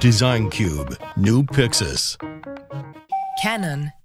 Design Cube, New Pixis. Canon.